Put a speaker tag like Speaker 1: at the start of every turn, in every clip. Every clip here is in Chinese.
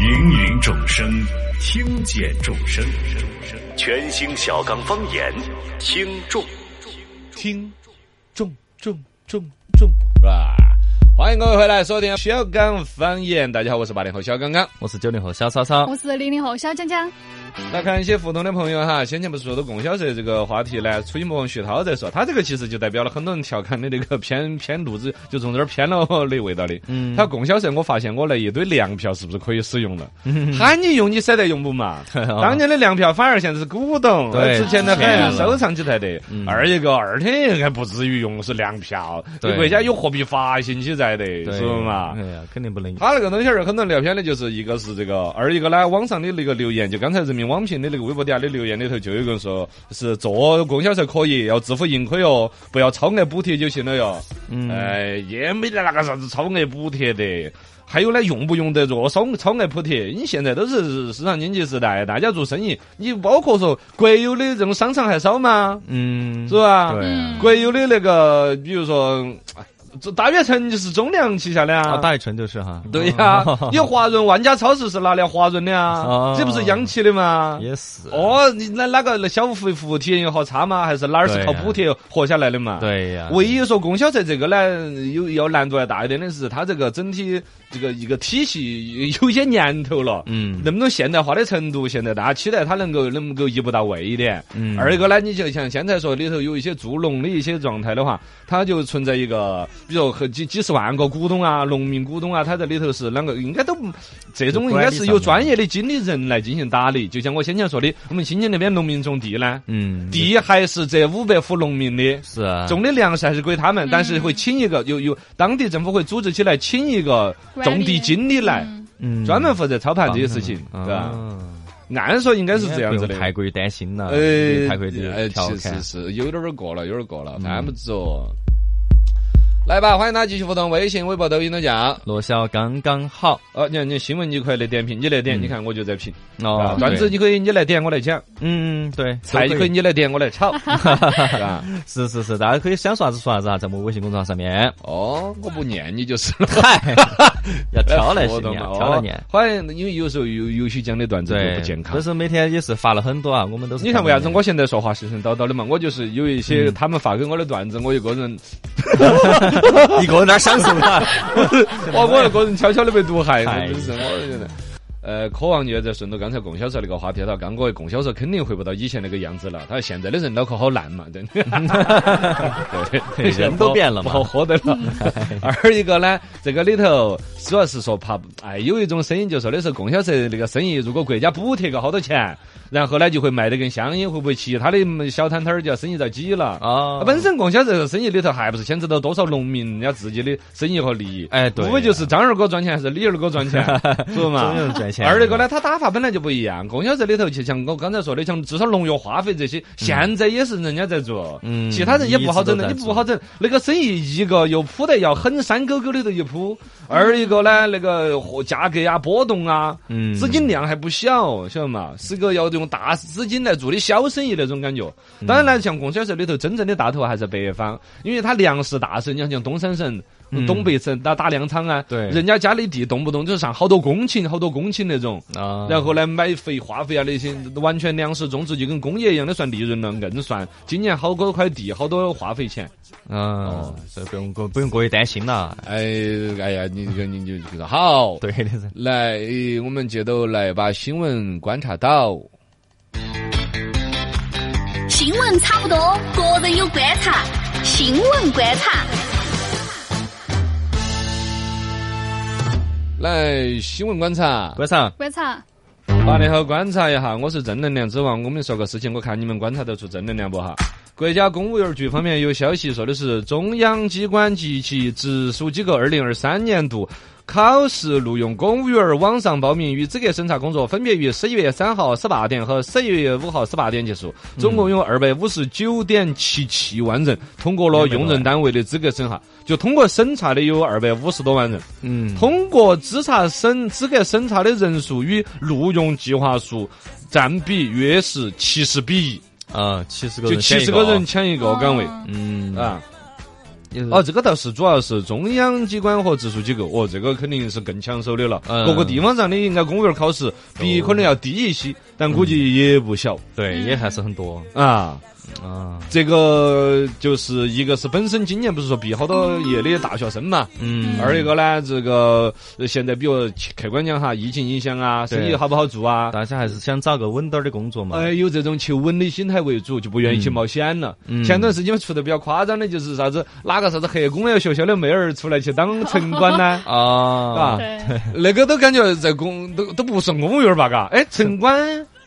Speaker 1: 芸芸众生，听见众生，全新小刚方言，听众。
Speaker 2: 听众众众众是吧？欢迎各位回来收听小刚方言。大家好，我是八零后小刚刚。
Speaker 3: 我是九零后小 超超，
Speaker 4: 我是零零后小江江，
Speaker 2: 来看一些互动的朋友哈，先前不是说到供销社这个话题呢，初一魔王徐涛在说，他这个其实就代表了很多人调侃的那个偏偏路子，就从这儿偏了的味道的。
Speaker 3: 嗯
Speaker 2: 他供销社，我发现我那一堆粮票是不是可以使用了？
Speaker 3: 嗯
Speaker 2: 喊你用你舍得用不 嘛？当年的粮票反而现在是古董，
Speaker 3: 对嗯
Speaker 2: 值钱的
Speaker 3: 钱
Speaker 2: 很，
Speaker 3: 了
Speaker 2: 收藏起来的。二一个二天还不至于用是粮票，这
Speaker 3: 对
Speaker 2: 国家有货币发行起在的，
Speaker 3: 对
Speaker 2: 是不嘛？
Speaker 3: 哎呀，肯定不能。
Speaker 2: 他那个东西儿，很多人聊偏的就是一个是这个，二一个呢，网上的那个留言，就刚才人民网评的那个微博底下的留言里头，就有一个人说是做供销社可以，要自负盈亏哟，不要超额补贴就行了哟。
Speaker 3: 嗯
Speaker 2: 哎，也没得那个啥子超额补贴的。还有呢，用不用得着超超额补贴？你现在都是市场经济时代，大家做生意，你包括说国有的这种商场还少吗？
Speaker 3: 嗯，
Speaker 2: 是吧？
Speaker 3: 对啊
Speaker 4: 嗯
Speaker 2: 国有的那个，比如说，哎这大悦城就是中粮旗下的
Speaker 3: 啊，大悦城就是哈，
Speaker 2: 对呀、你华润万家超市是拿来华润的啊
Speaker 3: 哦，
Speaker 2: 这不是央企的吗？
Speaker 3: 啊也是，
Speaker 2: 哦，你那哪个消费服务体验有好差吗？还是哪儿是靠补贴活下来的嘛？。
Speaker 3: 对呀，
Speaker 2: 唯一说供销社这个呢，有要难度要大一点的是，它这个整体这个一个体系有些年头了，
Speaker 3: 嗯
Speaker 2: 那么多现代化的程度，现在大家期待它能够能够一步到位一点。
Speaker 3: 嗯
Speaker 2: 二一个呢，你就像现在说里头有一些助农的一些状态的话，它就存在一个，比如和几几十万个股东啊、农民股东啊，他在里头是啷个应该都不这种应该是有专业的经理人来进行打理。就像我先前说的，我们新疆那边农民种地呢，
Speaker 3: 嗯，
Speaker 2: 地还是这五百户农民的。
Speaker 3: 是啊，
Speaker 2: 种的粮食还是归他们，但是会请一个有有当地政府会组织起来，请一个种地经理来，
Speaker 4: 嗯
Speaker 3: 嗯
Speaker 2: 专门负责操盘这些事情，
Speaker 3: 啊
Speaker 2: 对吧？按说应该是这样子的
Speaker 3: 不用。太过于担心了，
Speaker 2: 呃，
Speaker 3: 太过于
Speaker 2: 呃
Speaker 3: 调
Speaker 2: 其
Speaker 3: 侃
Speaker 2: 实，是有点儿过了，有点儿过
Speaker 3: 嗯
Speaker 2: 了，犯不着。来吧，欢迎大家继续互动，微信、微博、抖音都讲。
Speaker 3: 罗小刚刚好
Speaker 2: 哦，你看，你新闻你快来点评，你来点，你看我就在评。啊
Speaker 3: 嗯哦，
Speaker 2: 段子
Speaker 3: 对，
Speaker 2: 你可以你来点，我来讲；
Speaker 3: 嗯，对，
Speaker 2: 菜
Speaker 3: 都
Speaker 2: 可以你来点，我来 炒。是吧
Speaker 3: 是是是，大家可以想说啥子说啥子啊，在我们微信公众号上 面，
Speaker 2: 哦，我不念你就是 了。
Speaker 3: 嗨，要 挑来
Speaker 2: 活
Speaker 3: 是
Speaker 2: 动
Speaker 3: 念，
Speaker 2: 嘛，
Speaker 3: 挑来念
Speaker 2: 哦。。好像因为有时候有有些讲的段子就
Speaker 3: 对，
Speaker 2: 不健康
Speaker 3: 但。是每天也是发了很多啊，我们都是。
Speaker 2: 你看为啥子我现在说话神神叨叨的嘛？我就是有一
Speaker 3: 嗯
Speaker 2: 些他们发给我的段子，我一个人，
Speaker 3: 一个人在享受它？
Speaker 2: 我我一个人悄悄的被毒害，
Speaker 3: 哎
Speaker 2: 真是我觉得。呃，渴望也在顺着刚才供销社那个话题，他说刚哥供销社肯定回不到以前那个样子了。他说现在的人脑壳好烂嘛，真的，对，
Speaker 3: 人都变了
Speaker 2: 不
Speaker 3: 嘛
Speaker 2: 好喝的了。二一个呢，这个里头主要是说怕，哎，有一种声音就说的是供销社那个生意，如果国家补贴个好多钱，然后呢就会卖得更香烟，会不会其他的嗯小摊摊儿就要生意遭挤了？
Speaker 3: 啊，
Speaker 2: 本身供销社生意里头还不是牵扯到多少农民人家自己的生意和利益，
Speaker 3: 哎对
Speaker 2: 无非就是张二哥赚钱还是李二哥赚钱，是不嘛
Speaker 3: 啊总有？人赚钱。
Speaker 2: 二一个呢，他打法本来就不一样。供销社里头，就像我刚才说的，像至少农药、化肥这些，现在也是人家在做，
Speaker 3: 嗯
Speaker 2: 其他人也不好整的，
Speaker 3: 一
Speaker 2: 你
Speaker 3: 直都在做
Speaker 2: 不好整。那个生意一个又铺得要很山沟沟里头一铺，二一个呢，那个货价格啊波动啊，
Speaker 3: 嗯
Speaker 2: 资金量还不小，晓得嘛？是个要用大资金来做的小生意那种感觉。
Speaker 3: 嗯
Speaker 2: 当然呢，像供销社里头真正的大头还是北方，因为它粮食大省，你看像东三省。
Speaker 3: 嗯
Speaker 2: 东北省打打粮仓啊，
Speaker 3: 对
Speaker 2: 人家家里地动不动就上好多公顷、好多公顷那种，
Speaker 3: 啊，
Speaker 2: 然后呢，买肥、化肥啊那些，完全粮食种植就跟工业一样的算利润了，硬算。今年好多块地，好多化肥钱。
Speaker 3: 嗯，所以不用过不用过于担 心了。
Speaker 2: 哎，哎呀，你你你你说好，
Speaker 3: 对的人，
Speaker 2: 来，呃我们接着来把新闻观察到。
Speaker 4: 新闻差不多，个人有观察，新闻观察。
Speaker 2: 来，新闻观察，
Speaker 3: 观 察
Speaker 4: 观察，
Speaker 2: 八零后观察一下，我是正能量之王。我们说个事情，我看你们观察得出正能量不哈？国家公务员局方面有消息说的是，中央机关及其直属机构二零二三年度考试录用公务员网上报名与资格审查工作分别于十一月三号十八点和十一月五号十八点结束，总共有二百五十九点七七万人通过了用人单位的资格审查，就通过审查的有二百五十多万人。
Speaker 3: 嗯，
Speaker 2: 通过资查审资格审查的人数与录用计划数占比约是七十比一，
Speaker 3: 啊，七十个
Speaker 2: 哦就
Speaker 3: 人，
Speaker 2: 七十个人，抢一个岗位
Speaker 4: 嗯
Speaker 3: 嗯啊，
Speaker 2: 啊。哦，这个倒是主要是中央机关和直属机构，哦，这个肯定是更抢手的了。
Speaker 3: 嗯
Speaker 2: 各个地方上的应该公务员考试比可能要低一些，但估计也不小
Speaker 3: 对，也还是很多
Speaker 2: 啊。
Speaker 3: 啊，
Speaker 2: 这个就是一个是本身今年不是说毕好多业的大学生嘛，
Speaker 3: 嗯
Speaker 2: 二一个呢，这个呃现在比如客观讲哈，疫情影响啊，生意
Speaker 3: 对
Speaker 2: 好不好做啊？
Speaker 3: 大家还是想找个稳当儿的工作嘛。？
Speaker 2: 哎，有这种求稳的心态为主，就不愿意去冒险了。前段时间出的比较夸张的就是啥子，哪个啥子黑工业学校的妹儿出来去当城管呢
Speaker 3: 啊
Speaker 2: 啊， 那个都感觉在公都都不是公务员吧？嘎，哎，城管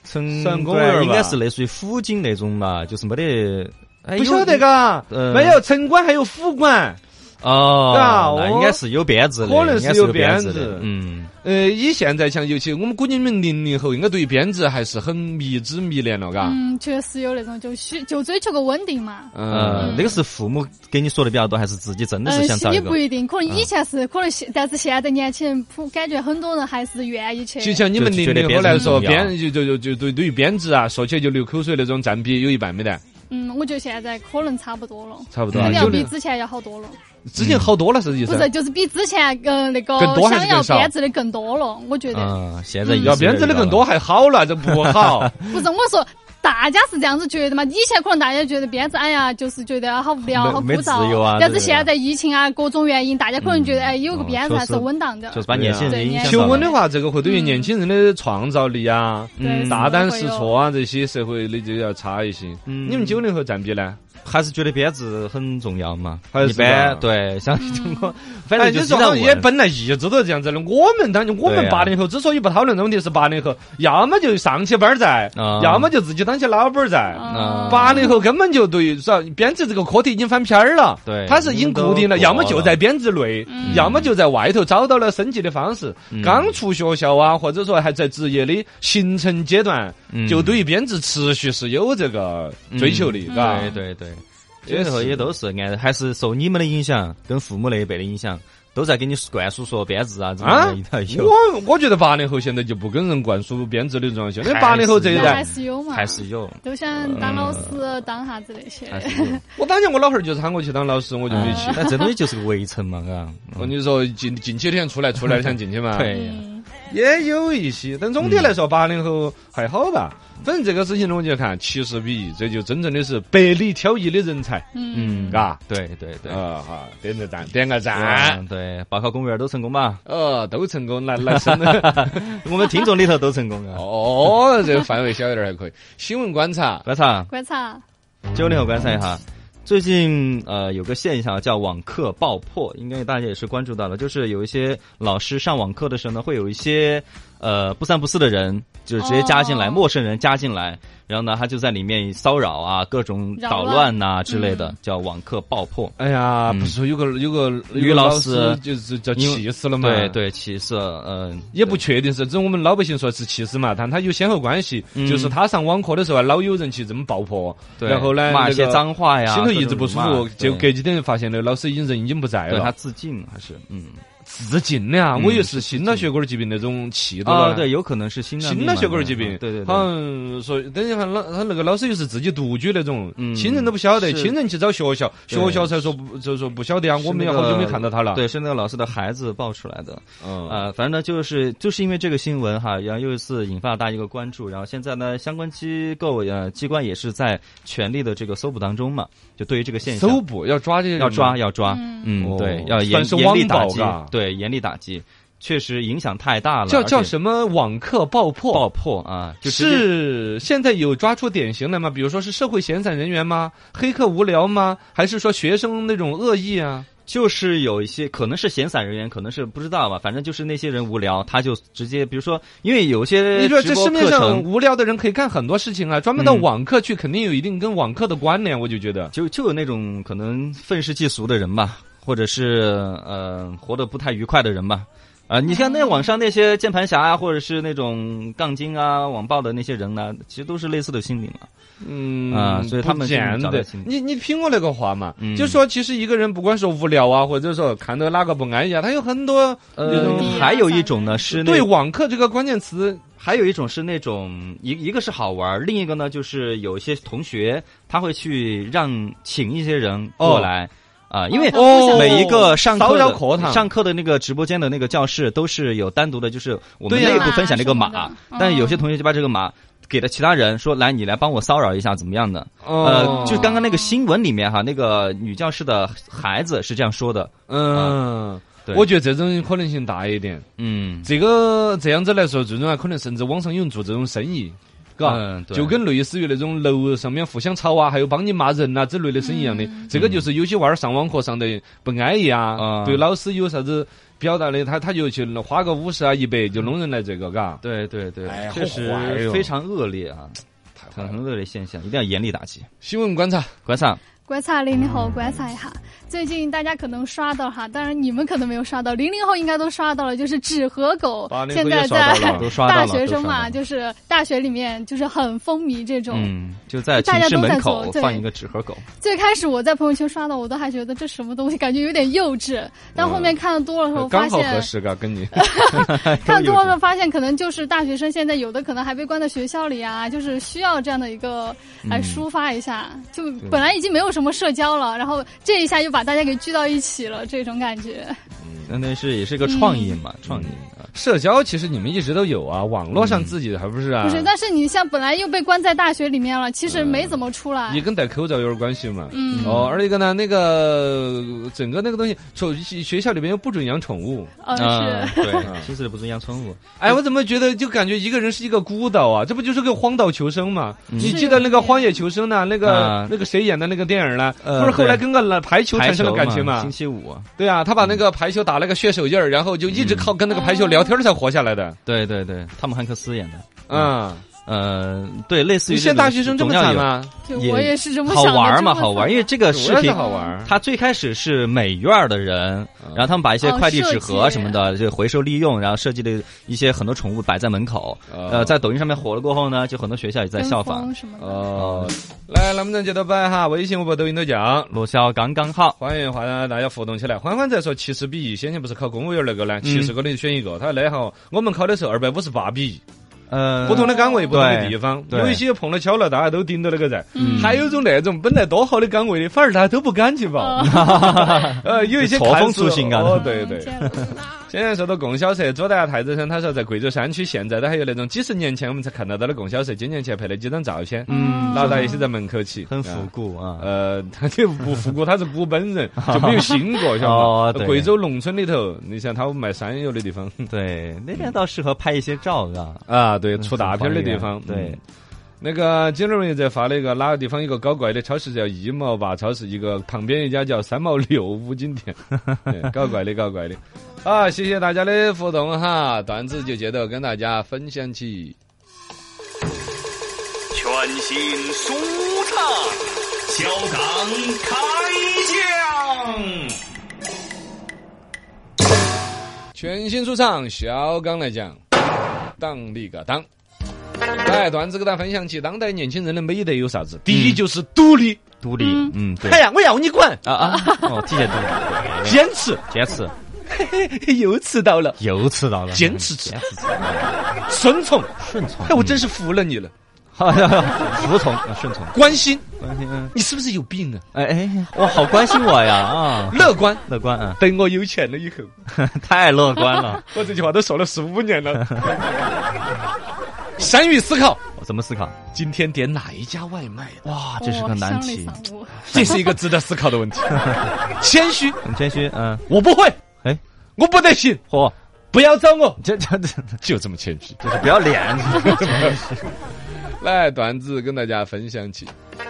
Speaker 3: 城
Speaker 2: 算公务员
Speaker 3: 管
Speaker 2: 吧
Speaker 3: 应该是类似于辅警那种嘛，就是没得。哎
Speaker 2: 不
Speaker 3: 有
Speaker 2: 晓得嘎，
Speaker 3: 嗯
Speaker 2: 没有城管还有辅管。
Speaker 3: 哦，
Speaker 2: 嘎
Speaker 3: 那
Speaker 2: 我
Speaker 3: 应该是有编制的，
Speaker 2: 可能
Speaker 3: 应该
Speaker 2: 是
Speaker 3: 是
Speaker 2: 有
Speaker 3: 编
Speaker 2: 编制
Speaker 3: 的。嗯，
Speaker 2: 呃，以现在像尤其我们估计你们零零后应该对编制还是很迷之迷恋了，嘎。
Speaker 5: 嗯，确实有那种就需就追求个稳定嘛。
Speaker 3: 呃
Speaker 2: 嗯，，哎
Speaker 3: 那个是父母给你说的比较多，还是自己真的
Speaker 5: 嗯
Speaker 3: 是想，找一
Speaker 5: 也
Speaker 3: 个
Speaker 5: 不？一定，可
Speaker 2: 嗯
Speaker 5: 能以前是，可能现，但是现在年轻人普感觉很多人还是愿意去。
Speaker 2: 就像你们
Speaker 3: 就
Speaker 2: 零
Speaker 3: 觉得
Speaker 2: 零后
Speaker 3: 编制
Speaker 2: 来
Speaker 3: 很
Speaker 2: 说，
Speaker 3: 重要
Speaker 2: 编就就就就对对于编制啊，说起来就流口水那种占比有一半没得，
Speaker 5: 嗯，我觉得现在可能差不多了，
Speaker 2: 差不多啊。
Speaker 5: 肯定
Speaker 2: 有
Speaker 5: 要嗯比
Speaker 2: 的
Speaker 5: 之前要好多了。
Speaker 2: 之前好多了，是意思
Speaker 5: 不。是，就是比之前嗯那个
Speaker 2: 更多还是
Speaker 5: 想要
Speaker 2: 更少
Speaker 5: 编制的更多了，我觉得。
Speaker 3: 啊，现在
Speaker 5: 嗯
Speaker 2: 要编制的更多还好了，这不 好。
Speaker 5: 不是，我说大家是这样子觉得嘛？以前可能大家觉得编制，哎呀，就是觉得好无聊、
Speaker 3: 没
Speaker 5: 好枯
Speaker 3: 没自由
Speaker 5: 燥。
Speaker 3: 啊
Speaker 5: 但是
Speaker 3: 对不对
Speaker 5: 现在疫情啊，各种原因，大家可能觉得，哎，有个
Speaker 3: 嗯
Speaker 5: 编制
Speaker 3: 确
Speaker 5: 还是
Speaker 3: 实
Speaker 5: 稳当的。
Speaker 3: 就是把年轻人
Speaker 5: 对
Speaker 3: 影
Speaker 5: 年
Speaker 3: 响
Speaker 5: 轻
Speaker 2: 求
Speaker 3: 到
Speaker 2: 稳
Speaker 3: 了。
Speaker 2: 的话，这个会对于年轻人的创造力啊、
Speaker 5: 嗯对
Speaker 3: 嗯
Speaker 2: 大胆试错啊这些社会的就要差一些。
Speaker 3: 嗯
Speaker 2: 你们九零后占比呢？
Speaker 3: 还是觉得编制很重要嘛？
Speaker 2: 还是
Speaker 3: 一般
Speaker 2: 重
Speaker 3: 对，像我反
Speaker 2: 哎，
Speaker 3: 正
Speaker 2: 你
Speaker 3: 就是
Speaker 2: 说
Speaker 3: 让
Speaker 2: 好
Speaker 3: 我
Speaker 2: 也本来一直都这样子的。我们当年我
Speaker 3: 对
Speaker 2: 们
Speaker 3: 啊
Speaker 2: 八零后之所以不讨论这个问题，是八零后要么就上起班儿在，
Speaker 3: 啊
Speaker 2: 要么就自己当起老板儿在。
Speaker 3: 嗯
Speaker 5: 啊
Speaker 2: 八零后根本就对是吧？编制这个课题已经翻篇儿了，
Speaker 3: 对
Speaker 2: 它是已经固定了，
Speaker 3: 已经都嗯
Speaker 2: 要么就在编制内，要么就在外头找到了升级的方式。刚出学校啊，或者说还在职业的形成阶段，
Speaker 3: 嗯
Speaker 2: 就对于编制持续是有这个追求的，嘎。
Speaker 3: 对对对，有啊的时候也都是按还是受你们的影响，跟父母那一辈的影响，都在给你灌输说编制啊，这
Speaker 2: 啊
Speaker 3: 种一定要有，
Speaker 2: 我我觉得八零后现在就不跟人灌输编制的重要性，因为八零后这一
Speaker 5: 那还
Speaker 2: 代，
Speaker 5: 是有嘛，
Speaker 3: 还是有，
Speaker 5: 都想当老师、当啥子那些。
Speaker 3: 还是有。
Speaker 2: 我当年我老汉儿就喊我去当老师，我就没去。
Speaker 3: 但这东西就是个围城嘛，啊嘎。
Speaker 2: 我跟你说，进进去的人出来，出来的想进去嘛。
Speaker 3: 对呀，
Speaker 5: 嗯，
Speaker 2: 也有一些，但总体来说，八零后还好吧。反正这个事情呢，我就看七十比一，这就真正的是百里挑一的人才，
Speaker 3: 嗯，
Speaker 2: 嘎、
Speaker 3: 对对对。
Speaker 2: 啊哈，点个赞，点个赞
Speaker 3: 嗯，。对，报考公务员都成功吧？
Speaker 2: 哦，都成功，来来生
Speaker 3: 我们听众里头都成功啊！
Speaker 2: 哦，这个范围小一点还可 以。新闻观察，
Speaker 3: 观察
Speaker 5: 观
Speaker 3: 啊
Speaker 5: 察。
Speaker 3: 九零后观察一下，最近呃有个现象叫网课爆破，应该大家也是关注到了，就是有一些老师上网课的时候呢，会有一些呃不三不四的人，就是直接加进来，
Speaker 5: 哦
Speaker 3: 陌生人加进来，然后呢他就在里面骚扰啊，各种
Speaker 5: 扰
Speaker 3: 捣
Speaker 5: 乱
Speaker 3: 乱呐、之类的，叫网课爆破。
Speaker 2: 哎呀，
Speaker 3: 嗯
Speaker 2: 不是说有个有个有个
Speaker 3: 于老
Speaker 2: 老
Speaker 3: 师
Speaker 2: 就是叫
Speaker 3: 因为
Speaker 2: 气死了嘛？
Speaker 3: 对。对，歧视，嗯、
Speaker 2: 也不确定是，只是我们老百姓说是气死嘛，但他有先后关系，
Speaker 3: 嗯
Speaker 2: 就是他上网课的时候啊，老有人去这么爆破，
Speaker 3: 对，
Speaker 2: 然后呢，
Speaker 3: 骂一
Speaker 2: 这
Speaker 3: 些
Speaker 2: 个
Speaker 3: 脏话呀，
Speaker 2: 心头
Speaker 3: 各
Speaker 2: 一
Speaker 3: 种
Speaker 2: 直不舒
Speaker 3: 辱
Speaker 2: 服
Speaker 3: 骂，
Speaker 2: 就
Speaker 3: 对
Speaker 2: 隔几天发现那老师已经人已经不在
Speaker 3: 对他
Speaker 2: 了，
Speaker 3: 自尽还是嗯
Speaker 2: 自尽了啊！
Speaker 3: 嗯
Speaker 2: 我以为是心脑血管疾病那种气到
Speaker 3: 啊，
Speaker 2: 了，
Speaker 3: 对，，有可能是心脏
Speaker 2: 心
Speaker 3: 病
Speaker 2: 脑
Speaker 3: 嘛
Speaker 2: 血管
Speaker 3: 对
Speaker 2: 疾病，
Speaker 3: 对对
Speaker 2: 好
Speaker 3: 对，
Speaker 2: 像说等一下老他那个老师又是自己独居那种，
Speaker 3: 嗯
Speaker 2: 亲人都不晓得，
Speaker 3: 是
Speaker 2: 亲人去找学校，
Speaker 3: 对
Speaker 2: 学校才说不就说不晓得啊，
Speaker 3: 是
Speaker 2: 我们也
Speaker 3: 那个
Speaker 2: 好久没看到他了，
Speaker 3: 对，是那个老师的孩子爆出来的。
Speaker 2: 啊嗯，
Speaker 3: 呃，反正呢，就是就是因为这个新闻哈，然后又一次引发大家一个关注，然后现在呢，相关机构呃机关也是在全力的这个搜捕当中嘛，就对于这个现象
Speaker 2: 搜捕要抓这些人
Speaker 3: 要抓
Speaker 2: 吗，
Speaker 3: 要抓，
Speaker 5: 嗯
Speaker 3: 嗯，
Speaker 2: 哦
Speaker 3: 对，要
Speaker 2: 算
Speaker 3: 严
Speaker 2: 是
Speaker 3: 严厉
Speaker 2: 网
Speaker 3: 打
Speaker 2: 暴
Speaker 3: 击
Speaker 2: 嘎，
Speaker 3: 对，严厉打击，确实影响太大了，
Speaker 2: 叫
Speaker 3: 而
Speaker 2: 叫
Speaker 3: 且
Speaker 2: 什么网课爆破，
Speaker 3: 爆破啊，就直接
Speaker 2: 是现在有抓出典型来吗？比如说是社会闲散人员吗？黑客无聊吗？还是说学生那种恶意啊？
Speaker 3: 就是有一些可能是闲散人员，可能是不知道吧，反正就是那些人无聊，他就直接，比如说，因为有些
Speaker 2: 你说
Speaker 3: 直
Speaker 2: 这
Speaker 3: 播
Speaker 2: 市面
Speaker 3: 课
Speaker 2: 上
Speaker 3: 程，
Speaker 2: 无聊的人可以干很多事情啊，专门到
Speaker 3: 嗯
Speaker 2: 网课去，肯定有一定跟网课的关联，我就觉得。
Speaker 3: 就就有那种可能愤世嫉俗的人吧，或者是呃活得不太愉快的人吧。啊、你看那网上那些键盘侠啊，或者是那种杠精啊、网暴的那些人呢、其实都是类似的心理嘛。
Speaker 2: 嗯
Speaker 3: 啊所以他们
Speaker 2: 不
Speaker 3: 就
Speaker 2: 见
Speaker 3: 找到
Speaker 2: 得
Speaker 3: 兴趣
Speaker 2: 你你听过那个话嘛？
Speaker 3: 嗯
Speaker 2: 就说其实一个人不管是无聊啊，或者说看到哪个不安逸啊，他有很多那
Speaker 3: 呃
Speaker 2: 种，
Speaker 3: 还有一种呢是那
Speaker 2: 对网课这个关键词，
Speaker 3: 还有一种是那种一一个是好玩儿，另一个呢就是有一些同学他会去让请一些人过来，啊，因为
Speaker 5: 哦我想
Speaker 3: 每一个上课
Speaker 2: 骚
Speaker 3: 的
Speaker 2: 扰课堂
Speaker 3: 上课的那个直播间的那个教室都是有单独的，就是我们
Speaker 2: 对呀
Speaker 3: 内部分享这个
Speaker 5: 码什
Speaker 3: 码
Speaker 5: 么的，
Speaker 3: 但有些同学就把这个码给了其他人，说来你来帮我骚扰一下怎么样的？
Speaker 2: 哦
Speaker 3: 呃，就刚刚那个新闻里面哈，那个女教师的孩子是这样说的，
Speaker 2: 嗯，
Speaker 3: 啊对
Speaker 2: 我觉得这种可能性大一点。
Speaker 3: 嗯，
Speaker 2: 这个这样子来说，最终啊，可能甚至网上有人做这种生意，嘎、
Speaker 3: 嗯对
Speaker 2: 就跟类似于那种楼上面互相吵啊，还有帮你骂人呐、之类的生意一样的。这个就是有些娃儿上网课上的不安逸啊，
Speaker 3: 嗯
Speaker 2: 对老师有啥子表达的，他他就去花个五十啊一百就弄人来这个，嘎。
Speaker 3: 对对对
Speaker 2: 哎呀，
Speaker 3: 确
Speaker 2: 好坏
Speaker 3: 实
Speaker 2: 哟
Speaker 3: 非常恶劣啊，
Speaker 2: 坏了
Speaker 3: 很恶劣现象，一定要严厉打击。
Speaker 2: 新闻观察，
Speaker 3: 关上，
Speaker 5: 观察零零后，观察一下。最近大家可能刷到哈，当然你们可能没有刷到，零零后应该都刷到了，就是纸和狗
Speaker 2: 八零
Speaker 5: 现
Speaker 2: 后
Speaker 5: 在
Speaker 2: 也刷
Speaker 5: 在
Speaker 2: 到了，
Speaker 3: 都 刷到
Speaker 5: 大
Speaker 3: 了，
Speaker 5: 学生
Speaker 3: 都刷到
Speaker 5: 嘛，
Speaker 3: 了
Speaker 5: 就是大学里面就是很风靡这种。
Speaker 3: 嗯，就在寝
Speaker 5: 大家
Speaker 3: 室
Speaker 5: 都在
Speaker 3: 门
Speaker 5: 做
Speaker 3: 口
Speaker 5: 对
Speaker 3: 放一个纸盒狗，
Speaker 5: 最开始我在朋友圈刷到，我都还觉得这什么东西，感觉有点幼稚。但后面看的多了之后，发
Speaker 2: 刚好合
Speaker 5: 现
Speaker 2: 适，嘎， 跟你。
Speaker 5: 看多了发现，可能就是大学生现在有的可能还被关到学校里啊，就是需要这样的一个来抒发一下。
Speaker 3: 嗯
Speaker 5: 就本来已经没有什么社交了，然后这一下又把大家给聚到一起了，这种感觉。
Speaker 3: 那那是也是
Speaker 5: 嗯
Speaker 3: 个创意嘛，创意啊，
Speaker 2: 社交其实你们一直都有啊，网络上自己还不是啊？
Speaker 5: 嗯不是，但是你像本来又被关在大学里面了，其实没怎么出来。
Speaker 3: 嗯
Speaker 2: 也跟戴口罩有点关系嘛。
Speaker 5: 嗯
Speaker 2: 哦，而一个呢，那个整个那个东西，说学校里面又不准养宠物。
Speaker 5: 呃，
Speaker 3: 啊
Speaker 5: 是，
Speaker 2: 嗯
Speaker 3: 对，其实不是养宠物，
Speaker 2: 哎，我怎么觉得就感觉一个人是一个孤岛啊？这不就是个荒岛求生嘛？你
Speaker 5: 嗯是
Speaker 2: 记得那个
Speaker 5: 有
Speaker 2: 《荒野求生》呢？那个
Speaker 3: 啊
Speaker 2: 那个谁演的那个电影呢？
Speaker 3: 呃
Speaker 2: 不是后来
Speaker 3: 对
Speaker 2: 跟个篮排球产生了感情
Speaker 3: 嘛，嗯
Speaker 2: 嘛
Speaker 3: 星？期五，
Speaker 2: 对啊，他把那个排球打了个血手印儿，然后就一
Speaker 3: 嗯
Speaker 2: 直靠跟那个排球聊天儿才活下来的。
Speaker 3: 对对对，汤姆汉克斯演的，
Speaker 2: 嗯，
Speaker 3: 呃，对，类似于
Speaker 2: 你现在
Speaker 3: 种
Speaker 2: 大学生这么
Speaker 3: 总要
Speaker 2: 惨
Speaker 3: 有
Speaker 2: 吗？
Speaker 5: 对
Speaker 3: 也
Speaker 5: 我也是这么
Speaker 3: 好
Speaker 5: 想的。
Speaker 3: 玩儿嘛，
Speaker 5: 这么
Speaker 3: 好玩儿，因为这个视
Speaker 2: 主要是
Speaker 3: 频
Speaker 2: 好玩儿
Speaker 3: 它最开始是美院儿的人，
Speaker 2: 嗯
Speaker 3: 然后他们把一些
Speaker 5: 哦
Speaker 3: 快递纸盒
Speaker 5: 设计
Speaker 3: 什么的就回收利用，然后设计了一些很多宠物摆在门口。
Speaker 2: 哦
Speaker 3: 呃，在呃抖音上面火了过后呢，就很多学校也在
Speaker 5: 跟
Speaker 3: 效
Speaker 5: 风
Speaker 3: 仿。
Speaker 5: 什么的。
Speaker 2: 哦，来，能不能接着摆哈？微信、微博、抖音都讲。
Speaker 3: 罗霄刚刚好，
Speaker 2: 欢迎欢迎大家互动起来。欢欢在说七十比一，先前不是考公务员那个呢，
Speaker 3: 嗯
Speaker 2: 七十个里选一个。他说那好，我们考的是二百五十八比一，
Speaker 3: 呃，
Speaker 2: 不同的岗位、不同的地方，
Speaker 3: 对嗯
Speaker 2: 有一些碰了巧了，大家都顶到那个在。还有一种那种本来多好的岗位的，反而大家都不敢去
Speaker 3: 哦
Speaker 5: 哦
Speaker 2: 报。 呃，有一些
Speaker 3: 错峰
Speaker 2: 看似
Speaker 3: 出行啊
Speaker 2: 哦，对对
Speaker 5: 嗯。这样子
Speaker 2: 现在说到供销社，左大太子生他说在贵州山区，现在都还有那种几十年前我们才看得到的供销社，几年前拍了几张照片，
Speaker 3: 嗯
Speaker 2: 老大也是在门口起，
Speaker 3: 很
Speaker 2: 啊
Speaker 3: 复古啊。
Speaker 2: 呃，他就不复古，他是古本 人，就没有新过，晓
Speaker 3: 哦
Speaker 2: 得吗？
Speaker 3: 对嗯
Speaker 2: 贵州农村里头，你像他们卖山药的地方
Speaker 3: 对，那边倒适合拍一些照啊。
Speaker 2: 啊，对，出大片儿的地方，
Speaker 3: 对
Speaker 2: 嗯。那个金融也在发了一个哪个地方有个搞怪的超市叫一毛八超市，一个旁边一家叫三毛六五金 店，对搞怪的搞怪的。好，哎谢谢大家的互动哈，段子就接着跟大家分享起。
Speaker 1: 全新舒畅，小港开讲。
Speaker 2: 全新主唱小刚来讲，当立个当。哎来，段子给大家分享起当代年轻人的美德有啥子？第一就是独立，
Speaker 3: 独立，嗯，对
Speaker 2: 哎呀，我要你管，
Speaker 3: 啊啊，哦，谢谢独立，
Speaker 2: 坚持，
Speaker 3: 坚持，
Speaker 2: 又迟到了，
Speaker 3: 又吃到了，
Speaker 2: 坚持吃，顺从，
Speaker 3: 顺从
Speaker 2: 哎，，我真是服了你了，
Speaker 3: 好服从，啊顺从。
Speaker 2: 关心，
Speaker 3: 关心，嗯
Speaker 2: 你是不是有病啊？
Speaker 3: 哎哎，哇，好关心我呀啊！
Speaker 2: 乐观，
Speaker 3: 乐观啊，
Speaker 2: 等我有钱了以后，
Speaker 3: 太乐观了。
Speaker 2: 我这句话都说了十五年 了。善于思考，
Speaker 3: 我怎么思考？
Speaker 2: 今天点哪一家外 卖？
Speaker 3: 哇，这是
Speaker 5: 哇
Speaker 3: 个难
Speaker 5: 哦乡里
Speaker 3: 题。
Speaker 5: 散 步
Speaker 2: 这是一个值得思考的问 题。谦虚，
Speaker 3: 很谦虚，嗯，
Speaker 2: 我不会，
Speaker 3: 哎，
Speaker 2: 我不得行，
Speaker 3: 嚯，
Speaker 2: 不要找我，
Speaker 3: 这这这
Speaker 2: 就这么谦虚。
Speaker 3: 这是不要脸。
Speaker 2: 来，段子跟大家分享起，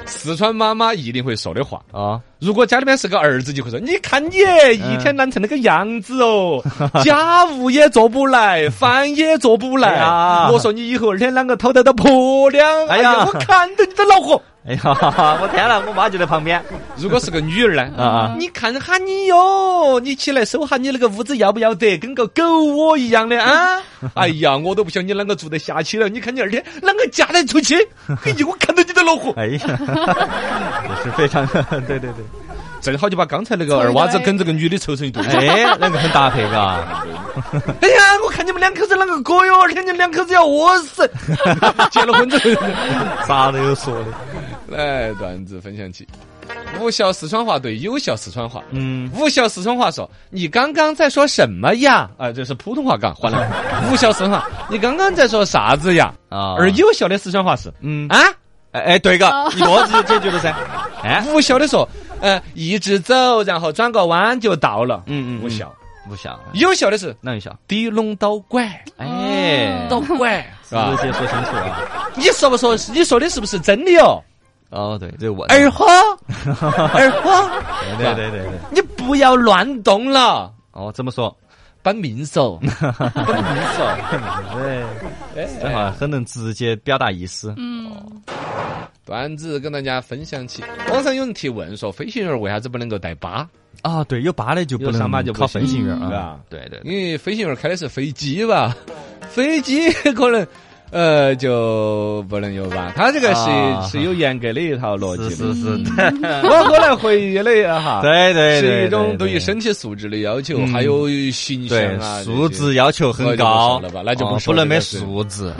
Speaker 2: 四川妈妈一定会说的话。
Speaker 3: 啊，
Speaker 2: 如果家里面是个儿子，就会说：“你看你一天懒成那个样子 哦，家务也做不来，饭也做不来
Speaker 3: 哎呀
Speaker 2: 我说你以后二天啷个讨得到婆娘？哎
Speaker 3: 哎
Speaker 2: 呀，
Speaker 3: 呀
Speaker 2: 我看到你都恼火。
Speaker 3: 哎呀，我天了，我妈就在旁边。
Speaker 2: 如果是个女儿呢？
Speaker 3: 啊啊，
Speaker 2: 你看哈你哟，你起来收下你那个屋子要不要得，跟个狗窝一样的 啊！哎呀，我都不晓得你啷个住得下去了。你看你二天啷个嫁得出去？哎呦，我看到你都恼火。
Speaker 3: 哎呀，也是非常， 对对对。
Speaker 2: 正好就把刚才那个二娃子跟这个女的凑成一对。
Speaker 3: 哎，那个很搭配 嘎。
Speaker 2: 哎呀，我看你们两口子啷个哥哟，二天你们两口子要饿死。 结了婚之后，
Speaker 3: 啥都有说的。
Speaker 2: 来段子分享起。无效四川话对有效四川话，
Speaker 3: 嗯，
Speaker 2: 无效四川话说你刚刚在说什么呀？啊、这是普通话讲，换了无效四川话，你刚刚在说啥子呀？
Speaker 3: 啊
Speaker 2: 而有效的四川话是
Speaker 3: 嗯，
Speaker 2: 啊，
Speaker 3: 哎哎，对个，一个字解决了噻，哎，
Speaker 2: 无效的说，呃，一直走，然后转个弯就到了，
Speaker 3: 嗯嗯嗯
Speaker 2: 无效。
Speaker 3: 不想，
Speaker 2: 有效的是
Speaker 3: 那一想，
Speaker 2: 滴龙刀拐，
Speaker 3: 哎，
Speaker 2: 刀拐是吧
Speaker 3: 直？接说清楚啊，
Speaker 2: 你说不说？你说的是不是真的哦？
Speaker 3: 哦，对，这我
Speaker 2: 二货，二货，
Speaker 3: 对对对对对，
Speaker 2: 你不要乱动了，
Speaker 3: 哦，这么说，
Speaker 2: 扳命手，扳命手。哎
Speaker 3: 正好哎很能直接表达意思，
Speaker 5: 嗯，
Speaker 2: 段子跟大家分享起，网上有人提问说，飞行员为啥子不能够带巴？
Speaker 3: 啊，对，有疤的就不
Speaker 2: 有伤疤
Speaker 3: 能
Speaker 2: 就不
Speaker 3: 靠
Speaker 2: 行
Speaker 3: 飞行员
Speaker 2: 对
Speaker 3: 啊
Speaker 2: 吧，
Speaker 3: 对对，对
Speaker 2: 因为飞行员开的是飞机吧， 飞机可能。呃，就不能有吧？他这个是、
Speaker 3: 啊
Speaker 2: 是 有严格的一套逻辑
Speaker 3: 是
Speaker 2: 的。嗯
Speaker 3: 是是，
Speaker 2: 我后来回忆了一下啊哈，
Speaker 3: 对对对，
Speaker 2: 是一种 对
Speaker 3: 对
Speaker 2: 于身体素质的要求，
Speaker 3: 嗯
Speaker 2: 还有形象
Speaker 3: 对
Speaker 2: 啊，
Speaker 3: 素
Speaker 2: 这些
Speaker 3: 质要求很
Speaker 2: 那就不
Speaker 3: 高，
Speaker 2: 说了吧那就不
Speaker 3: 哦
Speaker 2: 说
Speaker 3: 不
Speaker 2: 了
Speaker 3: 能没
Speaker 2: 这个嗯
Speaker 3: 素质，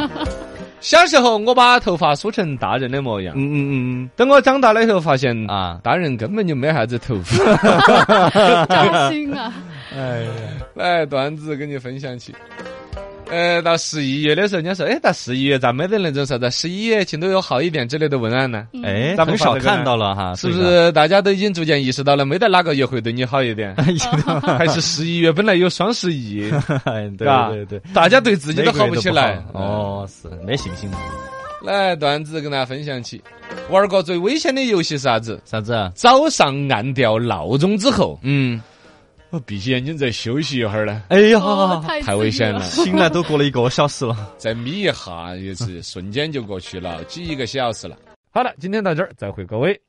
Speaker 2: 小时候我把头发梳成大人的模样，
Speaker 3: 嗯嗯
Speaker 2: 等我长大了以后发现
Speaker 3: 嗯啊，
Speaker 2: 大人根本就没啥子头发。
Speaker 5: 扎心啊！
Speaker 2: 来，哎段子跟你分享起。呃，到十一月的时候，人家说，哎，到十一月咋没得那种啥子十一月情都有好一点之类的文案呢？
Speaker 5: 嗯
Speaker 3: 哎，
Speaker 2: 咱们
Speaker 3: 很
Speaker 2: 发
Speaker 3: 少
Speaker 2: 这个呢
Speaker 3: 看到了哈，
Speaker 2: 是不
Speaker 3: 这个？
Speaker 2: 是大家都已经逐渐意识到了，没得哪个月会对你好一 点？还是十一月本来有双十一，
Speaker 3: 哎对
Speaker 2: 是吧
Speaker 3: 对对，
Speaker 2: 大家对自己
Speaker 3: 每
Speaker 2: 都
Speaker 3: 个
Speaker 2: 好
Speaker 3: 人
Speaker 2: 起来。
Speaker 3: 不好哦，是没信心了。
Speaker 2: 来，段子跟大家分享起。玩过最危险的游戏是啥子？
Speaker 3: 啥子啊？
Speaker 2: 早上按掉闹钟之后，
Speaker 3: 嗯，
Speaker 2: 我闭起眼睛再休息一会儿呢，
Speaker 3: 哎
Speaker 5: 哦
Speaker 3: 呀，
Speaker 2: 太危险了。
Speaker 3: 醒来都过了一个小时了。
Speaker 2: 再眯一下也是瞬间就过去了，几一个小时了。好了，今天到这儿，再会各位。